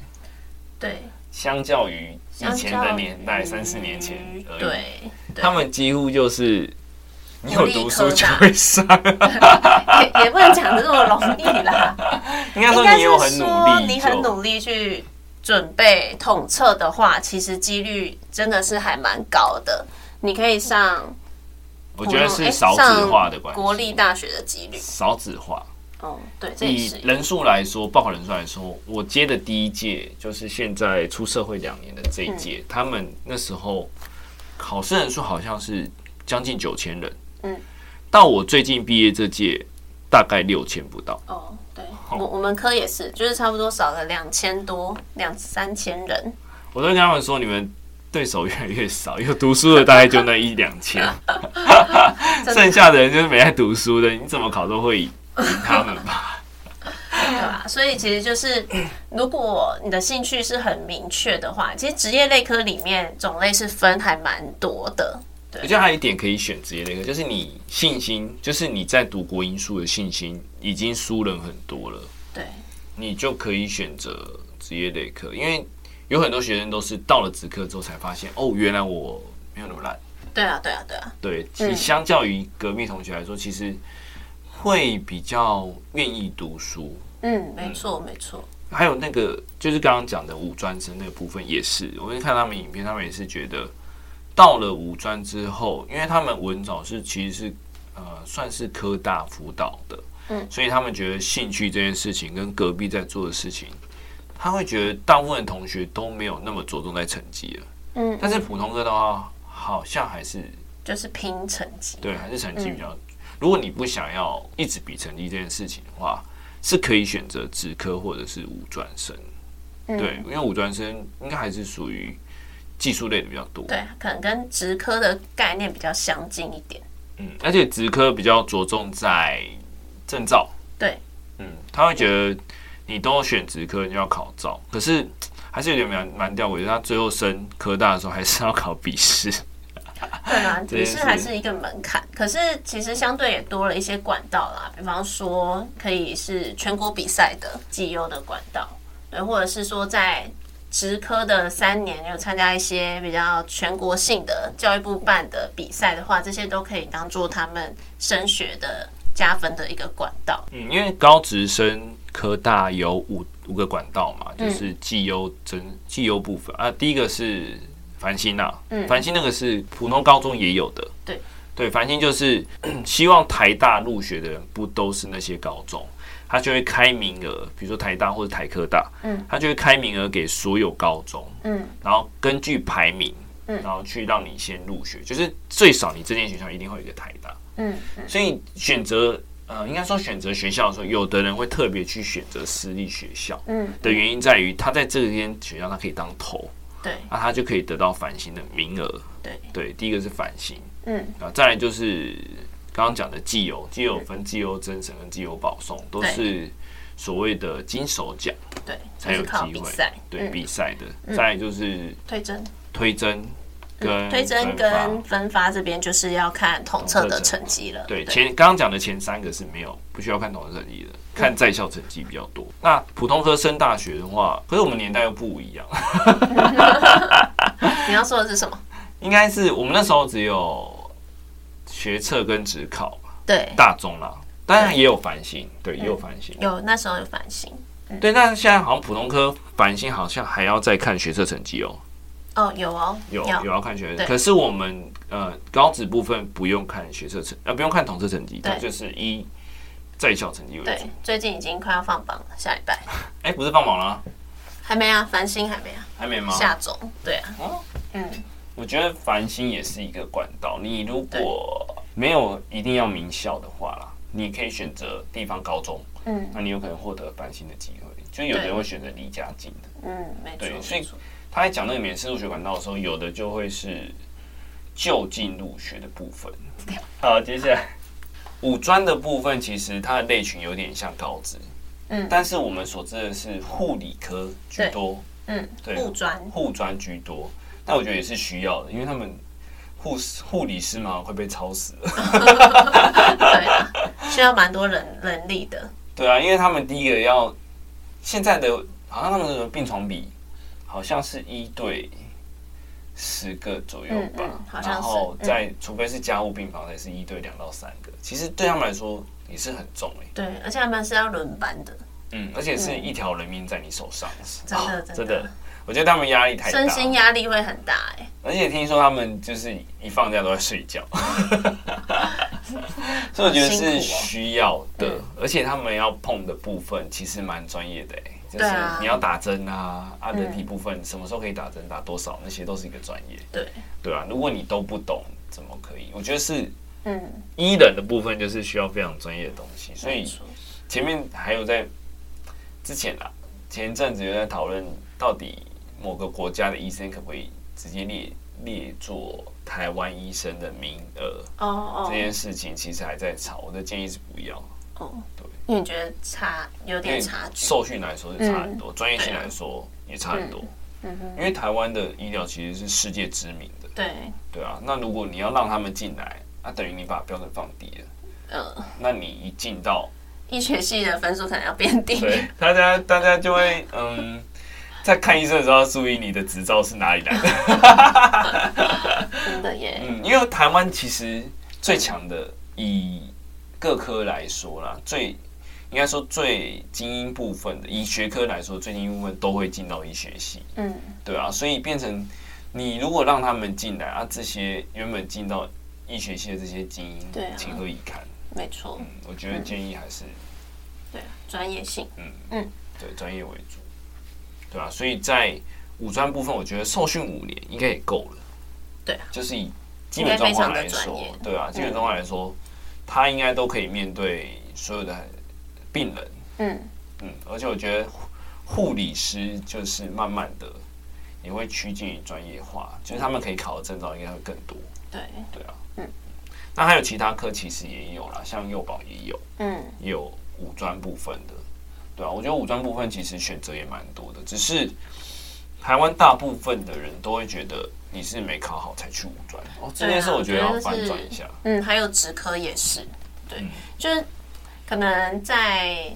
[SPEAKER 1] 对，
[SPEAKER 2] 相较于以前的年代，三四年前而已，
[SPEAKER 1] 对，对
[SPEAKER 2] 他们几乎就是你
[SPEAKER 1] 国
[SPEAKER 2] 有
[SPEAKER 1] 立
[SPEAKER 2] 读
[SPEAKER 1] 科
[SPEAKER 2] 书就
[SPEAKER 1] 大
[SPEAKER 2] 会上，
[SPEAKER 1] 也 [LAUGHS] 也不能讲得这么容易
[SPEAKER 2] [LAUGHS]
[SPEAKER 1] 啦。
[SPEAKER 2] 应该
[SPEAKER 1] 应
[SPEAKER 2] 说
[SPEAKER 1] 该
[SPEAKER 2] 你有
[SPEAKER 1] 是
[SPEAKER 2] 很努
[SPEAKER 1] 说
[SPEAKER 2] 力，
[SPEAKER 1] 你很努力去准备统测的话，其实几率真的是还蛮高的。你可以上
[SPEAKER 2] 我
[SPEAKER 1] 普
[SPEAKER 2] 觉得
[SPEAKER 1] 通
[SPEAKER 2] 是
[SPEAKER 1] 诶
[SPEAKER 2] 少子化的关系，
[SPEAKER 1] 上国立大学的几率。
[SPEAKER 2] 少子化。
[SPEAKER 1] 哦，对，这也
[SPEAKER 2] 以
[SPEAKER 1] 是
[SPEAKER 2] 人数来说，报考人数来说，我接的第一届就是现在出社会两年的这一
[SPEAKER 1] 嗯
[SPEAKER 2] 届，他们那时候考试人数好像是将近九千人，
[SPEAKER 1] 嗯，
[SPEAKER 2] 到我最近毕业这届大概六千不到，
[SPEAKER 1] 哦，对，我我们科也是，就是差不多少了两千多，两三千人。
[SPEAKER 2] 我都跟他们说，你们对手越来越少，有读书的大概就那一两千， [LAUGHS]
[SPEAKER 1] 的
[SPEAKER 2] 剩下的人就是没在读书的，你怎么考都会赢赢他们吧？
[SPEAKER 1] 对吧？所以其实就是，如果你的兴趣是很明确的话，其实职业类科里面种类是分还蛮多的。
[SPEAKER 2] 我觉得还有一点可以选职业类科，就是你信心，就是你在读国英数的信心已经输人很多了，
[SPEAKER 1] 对，
[SPEAKER 2] 你就可以选择职业类科，因为有很多学生都是到了职科之后才发现，哦，原来我没有那么烂。
[SPEAKER 1] 对啊，对啊，对啊，
[SPEAKER 2] 对，其实相较于革命同学来说，其实会比较愿意读书。
[SPEAKER 1] 嗯，没错，没错，
[SPEAKER 2] 还有那个就是刚刚讲的五专生那个部分也是，我就看他们影片，他们也是觉得到了五专之后，因为他们文藻是其实是呃算是科大辅导的，
[SPEAKER 1] 嗯，
[SPEAKER 2] 所以他们觉得兴趣这件事情跟隔壁在做的事情，他会觉得大部分同学都没有那么着重在成绩了，
[SPEAKER 1] 嗯，
[SPEAKER 2] 但是普通科的话，好像还是
[SPEAKER 1] 就是拼成绩。
[SPEAKER 2] 对，还是成绩比
[SPEAKER 1] 嗯
[SPEAKER 2] 较。如果你不想要一直比成绩这件事情的话，是可以选择职科或者是五专生。
[SPEAKER 1] 嗯
[SPEAKER 2] 对，因为五专生应该还是属于技术类的比较多。
[SPEAKER 1] 对，可能跟职科的概念比较相近一点。
[SPEAKER 2] 嗯，而且职科比较着重在证照。
[SPEAKER 1] 对，
[SPEAKER 2] 嗯，他会觉得你都选职科，你就要考照，可是还是有点蛮蛮吊诡，就是他最后升科大的时候还是要考笔试。
[SPEAKER 1] 对啊，
[SPEAKER 2] 这
[SPEAKER 1] 笔
[SPEAKER 2] 件事
[SPEAKER 1] 试还是一个门槛，可是其实相对也多了一些管道啦，比方说可以是全国比赛的绩优的管道，对，或者是说在职科的三年有参加一些比较全国性的教育部办的比赛的话，这些都可以当做他们升学的加分的一个管道。
[SPEAKER 2] 嗯，因为高职生科大有五五个管道嘛，
[SPEAKER 1] 嗯
[SPEAKER 2] 就是绩优增绩优部分啊，第一个是繁星啊，
[SPEAKER 1] 嗯
[SPEAKER 2] 繁星那个是普通高中也有的，
[SPEAKER 1] 对
[SPEAKER 2] 对，繁星就是 [CLEARS THROAT] 希望台大入学的人不都是那些高中，他就会开名额，比如说台大或者台科大，
[SPEAKER 1] 嗯，
[SPEAKER 2] 他就会开名额给所有高中，
[SPEAKER 1] 嗯
[SPEAKER 2] 然后根据排名，
[SPEAKER 1] 嗯
[SPEAKER 2] 然后去让你先入学，就是最少你这间学校一定会有一个台大，
[SPEAKER 1] 嗯嗯
[SPEAKER 2] 所以选择呃，应该说选择学校的时候，有的人会特别去选择私立学校
[SPEAKER 1] 嗯，
[SPEAKER 2] 的原因在于，他在这间学校他可以当头，
[SPEAKER 1] 对
[SPEAKER 2] 那他就可以得到繁星的名额。
[SPEAKER 1] 对，
[SPEAKER 2] 对，第一个是繁星，
[SPEAKER 1] 嗯
[SPEAKER 2] 啊，再来就是刚刚讲的绩优，绩优有分绩优增审跟绩优保送，都
[SPEAKER 1] 对
[SPEAKER 2] 是所谓的金手奖
[SPEAKER 1] 对，就
[SPEAKER 2] 才有
[SPEAKER 1] 是
[SPEAKER 2] 机
[SPEAKER 1] 靠比
[SPEAKER 2] 会
[SPEAKER 1] 赛，，
[SPEAKER 2] 对
[SPEAKER 1] 嗯
[SPEAKER 2] 比赛的。再来就是
[SPEAKER 1] 推甄。
[SPEAKER 2] 推甄跟
[SPEAKER 1] 嗯推甄
[SPEAKER 2] 嗯分发
[SPEAKER 1] 跟分发这边就是要看统测的成绩了。
[SPEAKER 2] 对，嗯前刚刚讲的前三个是没有不需要看统合成绩的，看在校成绩比较多。那普通科升大学的话，可是我们年代又不一样， [LAUGHS]
[SPEAKER 1] 你要说的是什么？
[SPEAKER 2] 应该是我们那时候只有学测跟职考吧，
[SPEAKER 1] 对，
[SPEAKER 2] 大中啦，当然也有繁星，对，也有繁星。
[SPEAKER 1] 有那时候有反省。
[SPEAKER 2] 对，但是现在好像普通科繁星好像还要再看学测成绩哦，
[SPEAKER 1] 哦，有哦，
[SPEAKER 2] 有有啊要看学测，
[SPEAKER 1] 对
[SPEAKER 2] 可是我们呃高职部分不用看学测成，呃不用看统测成绩，它
[SPEAKER 1] 对
[SPEAKER 2] 就是以在校成绩为主
[SPEAKER 1] 对。，最近已经快要放榜了，下礼拜
[SPEAKER 2] 哎，不是放榜了啊，
[SPEAKER 1] 还没啊，繁星还没啊，
[SPEAKER 2] 还没吗？
[SPEAKER 1] 下周对啊
[SPEAKER 2] 哦，
[SPEAKER 1] 嗯，
[SPEAKER 2] 我觉得繁星也是一个管道。你如果没有一定要名校的话啦，你可以选择地方高中，
[SPEAKER 1] 嗯
[SPEAKER 2] 那你有可能获得繁星的机会。就有的人会选择离家近的。
[SPEAKER 1] 嗯，没错
[SPEAKER 2] 对，所以
[SPEAKER 1] 没错，
[SPEAKER 2] 他在讲那个免试入学管道的时候，有的就会是就近入学的部分。好，接下来五专的部分，其实它的类群有点像高职，
[SPEAKER 1] 嗯
[SPEAKER 2] 但是我们所知的是护理科居多。
[SPEAKER 1] 嗯，
[SPEAKER 2] 对
[SPEAKER 1] 护专 [LAUGHS]
[SPEAKER 2] 护专居多，那我觉得也是需要的，因为他们护士护理师嘛会被
[SPEAKER 1] [LAUGHS]
[SPEAKER 2] 超死的。
[SPEAKER 1] 对啊，需要蛮多人人力的，
[SPEAKER 2] 对啊，因为他们第一个要现在的，好像他们的病床比好像是一对十个左右吧，
[SPEAKER 1] 嗯嗯好像是嗯
[SPEAKER 2] 然后再、除非是加护病房，才是一对两到三个。其实对他们来说也是很重哎、
[SPEAKER 1] 对，而且他们是要轮班的，
[SPEAKER 2] 嗯，而且是一条人命在你手上，
[SPEAKER 1] 真的
[SPEAKER 2] 啊
[SPEAKER 1] 真的
[SPEAKER 2] 真我觉得他们压力太大，
[SPEAKER 1] 身心压力会很大哎，
[SPEAKER 2] 而且听说他们就是一放假都在睡觉， [LAUGHS] 所以我觉得是需要的，
[SPEAKER 1] 哦
[SPEAKER 2] 而且他们要碰的部分其实蛮专业的、欸，就
[SPEAKER 1] 对
[SPEAKER 2] 是
[SPEAKER 1] 啊嗯
[SPEAKER 2] 你要打针啊，啊人体部分什么时候可以打针，打多少，那些都是一个专业，
[SPEAKER 1] 对，
[SPEAKER 2] 对啊，如果你都不懂，怎么可以？我觉得是
[SPEAKER 1] 嗯，
[SPEAKER 2] 医人的部分就是需要非常专业的东西，所
[SPEAKER 1] 没
[SPEAKER 2] 以
[SPEAKER 1] 错
[SPEAKER 2] 前面还有在之前啦，前一阵子有在讨论到底某个国家的医生可不可以直接列列作台湾医生的名额
[SPEAKER 1] 哦哦
[SPEAKER 2] 这件事情，其实还在吵。我的建议是不要，
[SPEAKER 1] 哦，因为你觉得差有
[SPEAKER 2] 因
[SPEAKER 1] 点
[SPEAKER 2] 为
[SPEAKER 1] 差距，嗯
[SPEAKER 2] 受训来说是差很多，专、业性来说也差很多。
[SPEAKER 1] 啊
[SPEAKER 2] 因为台湾的医疗其实是世界知名的，
[SPEAKER 1] 对，
[SPEAKER 2] 对啊。那如果你要让他们进来，那、等于你把标准放低了。
[SPEAKER 1] 呃，
[SPEAKER 2] 那你一进到，
[SPEAKER 1] 医学系的分数可能要变低，
[SPEAKER 2] 对大家大家就会嗯，在看医生的时候要注意你的执照是哪里
[SPEAKER 1] [LAUGHS]
[SPEAKER 2] 来的。
[SPEAKER 1] 真的耶，
[SPEAKER 2] 嗯，因为台湾其实最强的，以各科来说啦，最应该说最精英部分的，以学科来说，最精英部分都会进到医学系，
[SPEAKER 1] 嗯，
[SPEAKER 2] 对啊，所以变成你如果让他们进来啊，这些原本进到医学系的这些精英，
[SPEAKER 1] 对啊
[SPEAKER 2] 情何以堪？
[SPEAKER 1] 没错
[SPEAKER 2] 嗯，，我觉得建议还是
[SPEAKER 1] 对，啊专业性，
[SPEAKER 2] 嗯
[SPEAKER 1] 嗯
[SPEAKER 2] 对专业为主，对啊，所以在五专部分，我觉得受训五年应该也够了。
[SPEAKER 1] 对啊，
[SPEAKER 2] 就是以基本状况来说
[SPEAKER 1] 应该非常的专业，嗯
[SPEAKER 2] 对啊，基本状况来说，他应该都可以面对所有的病人。
[SPEAKER 1] 嗯，
[SPEAKER 2] 嗯，而且我觉得护护理师就是慢慢的也会趋近于专业化，就是他们可以考的证照应该会更多。
[SPEAKER 1] 对，
[SPEAKER 2] 对啊，
[SPEAKER 1] 嗯，
[SPEAKER 2] 那还有其他科其实也有啦，像幼保也有。
[SPEAKER 1] 嗯，
[SPEAKER 2] 也有五专部分的，对啊，我觉得五专部分其实选择也蛮多的，只是台湾大部分的人都会觉得你是没考好才去五专，哦，这件事我觉得要翻转一下，
[SPEAKER 1] 嗯，还有职科也是，对，
[SPEAKER 2] 嗯
[SPEAKER 1] 就是可能在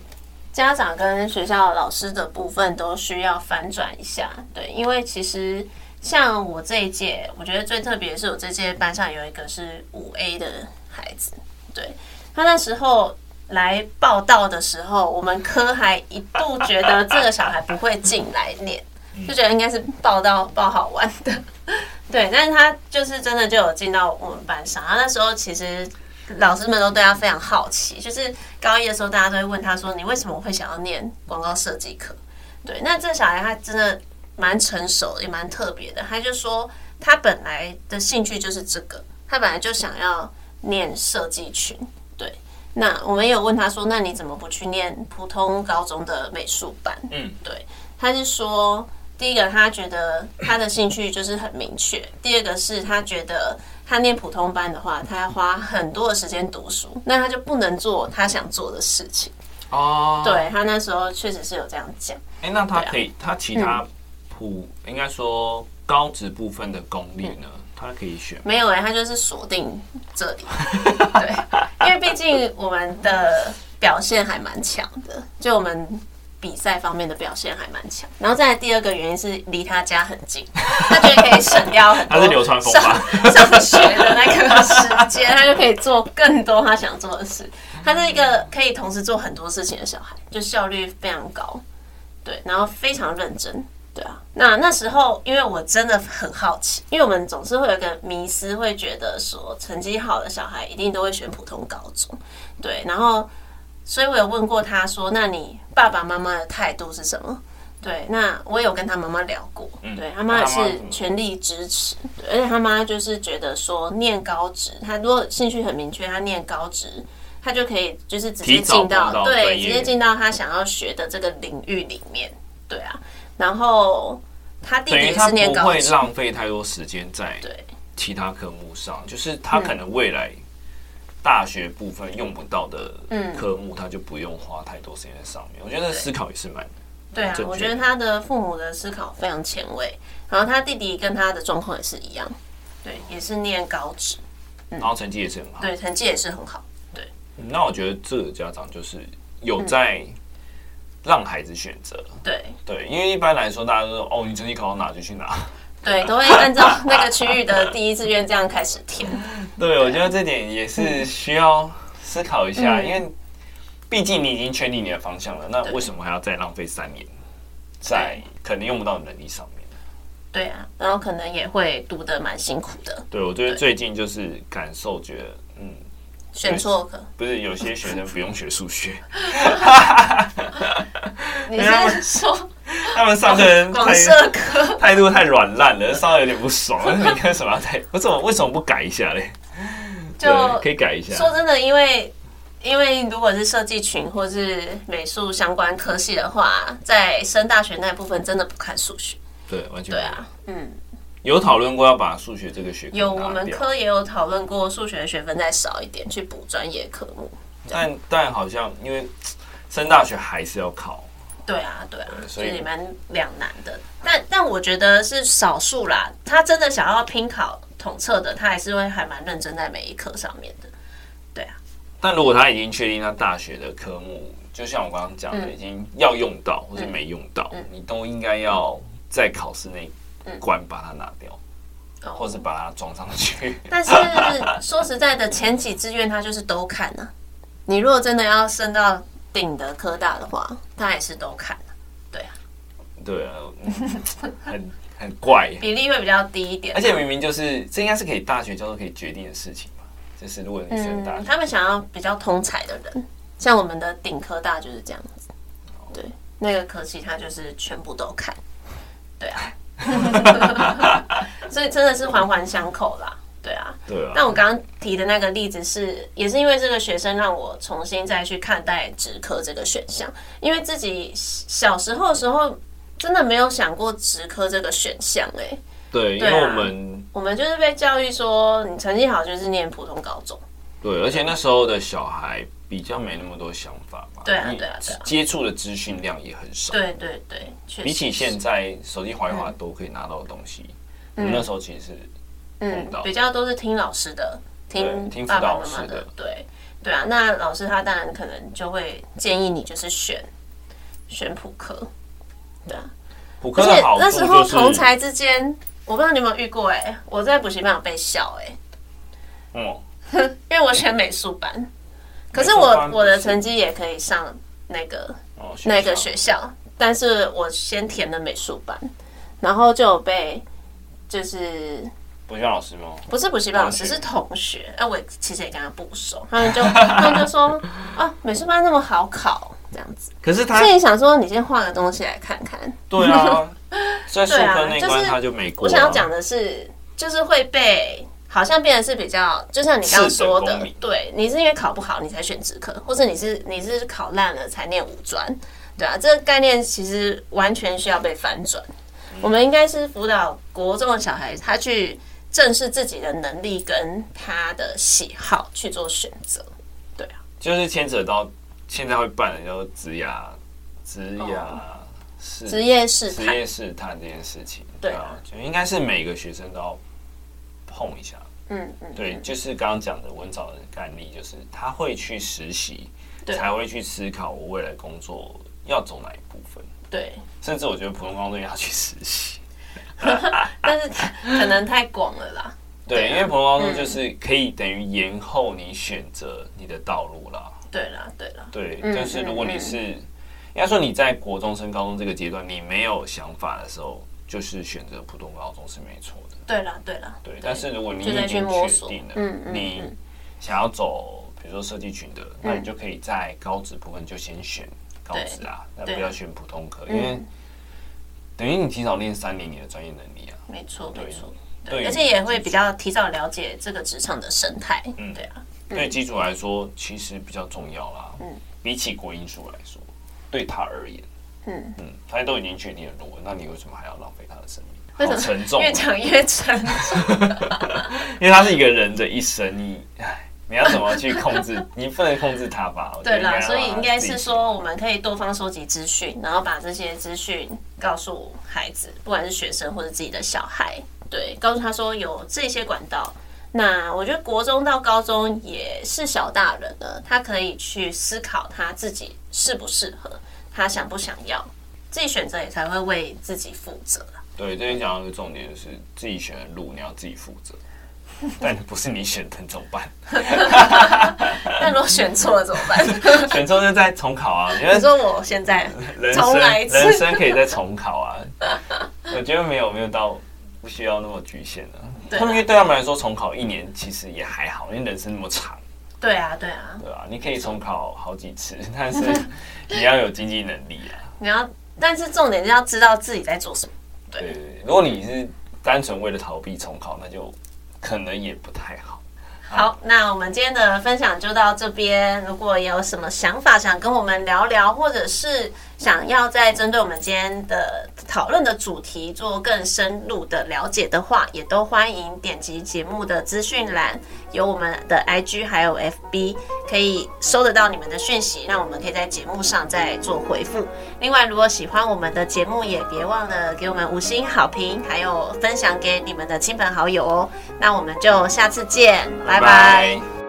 [SPEAKER 1] 家长跟学校老师的部分都需要翻转一下，对，因为其实像我这一届，我觉得最特别的是我这届班上有一个是五 A 的孩子，对他那时候。来报道的时候，我们科还一度觉得这个小孩不会进来念，就觉得应该是报到报好玩的，对，但是他就是真的就有进到我们班上。他那时候其实老师们都对他非常好奇，就是高一的时候，大家都会问他说：“你为什么会想要念广告设计课？”对，那这小孩他真的蛮成熟，也蛮特别的。他就说他本来的兴趣就是这个，他本来就想要念设计群。对，那我们也有问他说：“那你怎么不去念普通高中的美术班？”
[SPEAKER 2] 嗯，
[SPEAKER 1] 对，他是说，第一个他觉得他的兴趣就是很明确，第二个是他觉得他念普通班的话，他要花很多的时间读书，那他就不能做他想做的事情。
[SPEAKER 2] 哦，，
[SPEAKER 1] 对他那时候确实是有这样讲，
[SPEAKER 2] 哎，那他可以，他其他普应该说高职部分的功力呢，他可以选，
[SPEAKER 1] 没有哎、他就是锁定这
[SPEAKER 2] [LAUGHS]
[SPEAKER 1] 里。对，因为毕竟我们的表现还蛮强的，就我们。比赛方面的表现还蛮强，然后再来第二个原因是离他家很近，他觉得可以省掉很多
[SPEAKER 2] [LAUGHS] 他是流川枫
[SPEAKER 1] 上
[SPEAKER 2] 吧？
[SPEAKER 1] 上学的那个时间，他就可以做更多他想做的事。他是一个可以同时做很多事情的小孩，就效率非常高，对，然后非常认真，对啊。那那时候，因为我真的很好奇，因为我们总是会有一个迷思，会觉得说成绩好的小孩一定都会选普通高中，对，然后。所以我有问过他说：“那你爸爸妈妈的态度是什么？”对，那我有跟他妈妈聊过，对他妈也
[SPEAKER 2] 他嗯妈妈
[SPEAKER 1] 是
[SPEAKER 2] 怎么
[SPEAKER 1] 全力支持，对而且他妈就是觉得说念高职，他如果兴趣很明确，他念高职，他就可以就是直接
[SPEAKER 2] 提早
[SPEAKER 1] 进到
[SPEAKER 2] 碰到专
[SPEAKER 1] 对，
[SPEAKER 2] 业
[SPEAKER 1] 直接进到他想要学的这个领域里面，对啊。然后他弟弟
[SPEAKER 2] 等于
[SPEAKER 1] 也
[SPEAKER 2] 他
[SPEAKER 1] 是念
[SPEAKER 2] 不
[SPEAKER 1] 高
[SPEAKER 2] 会
[SPEAKER 1] 职，
[SPEAKER 2] 浪费太多时间在
[SPEAKER 1] 对嗯
[SPEAKER 2] 其他科目上，就是他可能未来大学部分用不到的
[SPEAKER 1] 嗯
[SPEAKER 2] 科目，他就不用花太多时间在上面。我觉得思考也是蛮
[SPEAKER 1] 对啊
[SPEAKER 2] 正，确
[SPEAKER 1] 我觉得他的父母的思考非常前卫，然后他弟弟跟他的状况也是一样，对，也是念高职，
[SPEAKER 2] 然后成绩也是很好。
[SPEAKER 1] 嗯对，成绩也是很好，
[SPEAKER 2] 嗯那我觉得这个家长就是
[SPEAKER 1] 嗯
[SPEAKER 2] 有在让孩子选择，
[SPEAKER 1] 对。
[SPEAKER 2] 对，因为一般来说大家都说哦，你成绩考到哪就去哪。
[SPEAKER 1] 对，都会按照
[SPEAKER 2] [LAUGHS]
[SPEAKER 1] 那个区域的第一志愿这样开始填。
[SPEAKER 2] 对，我觉得这点也是需要思考一
[SPEAKER 1] 嗯
[SPEAKER 2] 下，因为毕竟你已经确定你的方向了，那为什么还要再浪费三年在可能用不到的能力上面？
[SPEAKER 1] 对啊，然后可能也会读的蛮辛苦的，
[SPEAKER 2] 对，我觉得最近就是感受，觉得嗯，
[SPEAKER 1] 选错课。
[SPEAKER 2] 不是有些学生不用学数学，
[SPEAKER 1] [LAUGHS] 你是说
[SPEAKER 2] 他们上课人
[SPEAKER 1] 广
[SPEAKER 2] 态
[SPEAKER 1] 社科？
[SPEAKER 2] 态度太软烂了，稍微有点不爽。 [LAUGHS] 你为什么要太？我怎么为什么不改一下嘞？
[SPEAKER 1] 就
[SPEAKER 2] 对，可啊以改一下。
[SPEAKER 1] 说真的，因为因为如果是设计群或是美术相关科系的话，在升大学那部分真的不看数学。
[SPEAKER 2] 对，完全
[SPEAKER 1] 对
[SPEAKER 2] 没有
[SPEAKER 1] 啊，嗯，
[SPEAKER 2] 有讨论过要把数学这个学科
[SPEAKER 1] 有
[SPEAKER 2] 拿
[SPEAKER 1] 我们
[SPEAKER 2] 掉
[SPEAKER 1] 科也有讨论过数学的学分再少一点去补专业科目。
[SPEAKER 2] 但但好像因为升大学还是要考，
[SPEAKER 1] 对啊，对啊，所
[SPEAKER 2] 所以
[SPEAKER 1] 以也蛮两难的。但但我觉得是少数啦，他真的想要拼考统测的，他还是会还蛮认真在每一科上面的。
[SPEAKER 2] 但如果他已经确定他大学的科目，就像我刚刚讲的，
[SPEAKER 1] 嗯
[SPEAKER 2] 已经要用到或是没用到，
[SPEAKER 1] 嗯
[SPEAKER 2] 你都应该要在考试那一关把它拿掉，
[SPEAKER 1] 哦
[SPEAKER 2] 或是把它装上
[SPEAKER 1] [LAUGHS]
[SPEAKER 2] 去。
[SPEAKER 1] 但是说实在的，前几志愿他就是都看啊。你如果真的要升到顶的科大的话，他也是都看、啊，[LAUGHS]
[SPEAKER 2] 对啊，嗯很很怪。
[SPEAKER 1] 比例会比较低一点。
[SPEAKER 2] 而且明明就是这应该是可以大学教授可以决定的事情吧？就是如果你升大
[SPEAKER 1] 嗯，
[SPEAKER 2] 学，
[SPEAKER 1] 他们想要比较通才的人，像我们的顶科大就是这样子。对，那个科系他就是全部都看，对啊， [LAUGHS] 所以真的是环环相扣啦，对啊。
[SPEAKER 2] 对啊，
[SPEAKER 1] 那我刚刚提的那个例子是，也是因为这个学生让我重新再去看待职科这个选项，因为自己小时候的时候真的没有想过职科这个选项哎、
[SPEAKER 2] 对，因
[SPEAKER 1] 对啊
[SPEAKER 2] 为我们
[SPEAKER 1] 我们就是被教育说你成绩好就是念普通高中，
[SPEAKER 2] 对，而且那时候的小孩比较没那么多想法吧？
[SPEAKER 1] 对啊
[SPEAKER 2] 你
[SPEAKER 1] 对啊对啊
[SPEAKER 2] 接触的资讯量也很少。
[SPEAKER 1] 对对对，确实
[SPEAKER 2] 比起现在手机滑一滑都可以拿到的东西，我们那时候其实是
[SPEAKER 1] 嗯
[SPEAKER 2] 碰到，
[SPEAKER 1] 比较都是听老师的，听
[SPEAKER 2] 对听
[SPEAKER 1] 爸
[SPEAKER 2] 辅
[SPEAKER 1] 爸妈
[SPEAKER 2] 导
[SPEAKER 1] 妈
[SPEAKER 2] 老师的
[SPEAKER 1] 对对啊。那老师他当然可能就会建议你就是选选普科，对啊。
[SPEAKER 2] 补
[SPEAKER 1] 而
[SPEAKER 2] 课
[SPEAKER 1] 且
[SPEAKER 2] 的好
[SPEAKER 1] 那
[SPEAKER 2] 处
[SPEAKER 1] 时候
[SPEAKER 2] 就
[SPEAKER 1] 同
[SPEAKER 2] 是，
[SPEAKER 1] 才之间，我不知道你有没有遇过哎、我在补习班有被笑哎、
[SPEAKER 2] 嗯，
[SPEAKER 1] 因为我选美术班，可是
[SPEAKER 2] 美术
[SPEAKER 1] 我
[SPEAKER 2] 班不
[SPEAKER 1] 我的
[SPEAKER 2] 是
[SPEAKER 1] 成绩也可以上那个
[SPEAKER 2] 哦
[SPEAKER 1] 那个
[SPEAKER 2] 校
[SPEAKER 1] 学校，但是我先填了美术班，然后就有被就是
[SPEAKER 2] 补习班老师吗？
[SPEAKER 1] 不是补习班老
[SPEAKER 2] 同
[SPEAKER 1] 师，
[SPEAKER 2] 学
[SPEAKER 1] 是同学。啊那、我也其实也跟他不熟，他们就 [LAUGHS] 他们就说啊，美术班那么好考，这样子。
[SPEAKER 2] 可是他
[SPEAKER 1] 所以想说，你先画个东西来看看。
[SPEAKER 2] 对
[SPEAKER 1] [LAUGHS]
[SPEAKER 2] 啊，在数
[SPEAKER 1] 对啊
[SPEAKER 2] 科那一
[SPEAKER 1] 就
[SPEAKER 2] 关
[SPEAKER 1] 是
[SPEAKER 2] 他就没过
[SPEAKER 1] 我
[SPEAKER 2] 啊。
[SPEAKER 1] 想要讲的是，就是会被好像变得是比较，就像你刚刚说
[SPEAKER 2] 次等
[SPEAKER 1] 的
[SPEAKER 2] 公民，
[SPEAKER 1] 对你是因为考不好你才选职科，或者你是你是考烂了才念五专，对啊，这个概念其实完全需要被翻转。
[SPEAKER 2] 嗯
[SPEAKER 1] 我们应该是辅导国中的小孩，他去正视自己的能力跟他的喜好去做选择。
[SPEAKER 2] 就是牵扯到现在会办的，就是职涯、职涯试、
[SPEAKER 1] 哦职业试
[SPEAKER 2] 嗯职
[SPEAKER 1] 探，
[SPEAKER 2] 业试探这件事情，
[SPEAKER 1] 对
[SPEAKER 2] 啊，就应该是每个学生都要碰一下。
[SPEAKER 1] 嗯嗯，
[SPEAKER 2] 对，就是刚刚讲的文藻的案例，就是他会去实习，
[SPEAKER 1] 对
[SPEAKER 2] 才会去思考我未来工作要走哪一部分。
[SPEAKER 1] 对，
[SPEAKER 2] 甚至我觉得普通高中也要去实
[SPEAKER 1] [LAUGHS]
[SPEAKER 2] 习，啊
[SPEAKER 1] 但是可能太广了啦。
[SPEAKER 2] 对，
[SPEAKER 1] 啊
[SPEAKER 2] 因为普通高中就是可以等于延后你选择你的道路啦。
[SPEAKER 1] 对啦，对啦，
[SPEAKER 2] 对，
[SPEAKER 1] 嗯
[SPEAKER 2] 就是如果你是应该说你在国中升高中这个阶段，你没有想法的时候，就是选择普通高中是没错的。
[SPEAKER 1] 对啦，对啦，
[SPEAKER 2] 对，但是如果你
[SPEAKER 1] 就再
[SPEAKER 2] 已
[SPEAKER 1] 去
[SPEAKER 2] 经
[SPEAKER 1] 摸
[SPEAKER 2] 确
[SPEAKER 1] 索
[SPEAKER 2] 定了，
[SPEAKER 1] 嗯嗯
[SPEAKER 2] 你想要走比如说设计群的，那你就可以在高职部分就先选高职啊，那
[SPEAKER 1] 对嗯
[SPEAKER 2] 不要选普通科，因为等于你提早练三年你的专业能力啊。
[SPEAKER 1] 没错，
[SPEAKER 2] 对
[SPEAKER 1] 没错。
[SPEAKER 2] 对于
[SPEAKER 1] 而且也会比较提早了解这个职场的生态。
[SPEAKER 2] 嗯
[SPEAKER 1] 对啊，
[SPEAKER 2] 对基础来说其实比较重要啦。比起国英数来说，对他而言，
[SPEAKER 1] 嗯
[SPEAKER 2] 嗯，他都已经确定了路了，那你为什么还要浪费他的生
[SPEAKER 1] 为什
[SPEAKER 2] 命？好
[SPEAKER 1] 么
[SPEAKER 2] 沉重啊，
[SPEAKER 1] 越讲越沉。
[SPEAKER 2] 因为他是一个人的一生，你唉，你要怎么去控制？你不能控制
[SPEAKER 1] [LAUGHS]
[SPEAKER 2] 他吧？我觉得
[SPEAKER 1] 对啦，
[SPEAKER 2] 让他
[SPEAKER 1] 所以应该
[SPEAKER 2] 自己
[SPEAKER 1] 是说，我们可以多方收集资讯，然后把这些资讯告诉孩子，不管是学生或者自己的小孩，对，告诉他说有这些管道。那我觉得国中到高中也是小大人了，他可以去思考他自己适不适合，他想不想要，自己选择也才会为自己负责啦。
[SPEAKER 2] 对，这边讲到一个重点，就是自己选的路你要自己负
[SPEAKER 1] [LAUGHS]
[SPEAKER 2] 责，但不是你选的怎么办？
[SPEAKER 1] 但如果选错了怎么
[SPEAKER 2] [LAUGHS]
[SPEAKER 1] 办？
[SPEAKER 2] 选中就再重考啊！因为
[SPEAKER 1] 你说我现在
[SPEAKER 2] 人
[SPEAKER 1] 重
[SPEAKER 2] 生
[SPEAKER 1] 来一次
[SPEAKER 2] 人生可以再重
[SPEAKER 1] [LAUGHS]
[SPEAKER 2] 考啊！我觉得没有没有到不需要那么局限的、
[SPEAKER 1] 对啊
[SPEAKER 2] 他们因为对他们来说，重考一年其实也还好，因为人生那么长，
[SPEAKER 1] 对啊对啊，
[SPEAKER 2] 对吧、你可以重考好几次，
[SPEAKER 1] [LAUGHS]
[SPEAKER 2] 但是你要有经济能力啊。
[SPEAKER 1] 你要，但是重点是要知道自己在做什么。对
[SPEAKER 2] 对对对，如果你是单纯为了逃避重考，那就可能也不太好。
[SPEAKER 1] 好，那我们今天的分享就到这边。如果有什么想法想跟我们聊聊，或者是想要再针对我们今天的讨论的主题做更深入的了解的话，也都欢迎点击节目的资讯栏，有我们的 IG 还有 FB 可以收得到你们的讯息，让我们可以在节目上再做回复。另外，如果喜欢我们的节目，也别忘了给我们五星好评，还有分享给你们的亲朋好友哦。那我们就下次见，拜拜。
[SPEAKER 2] 拜拜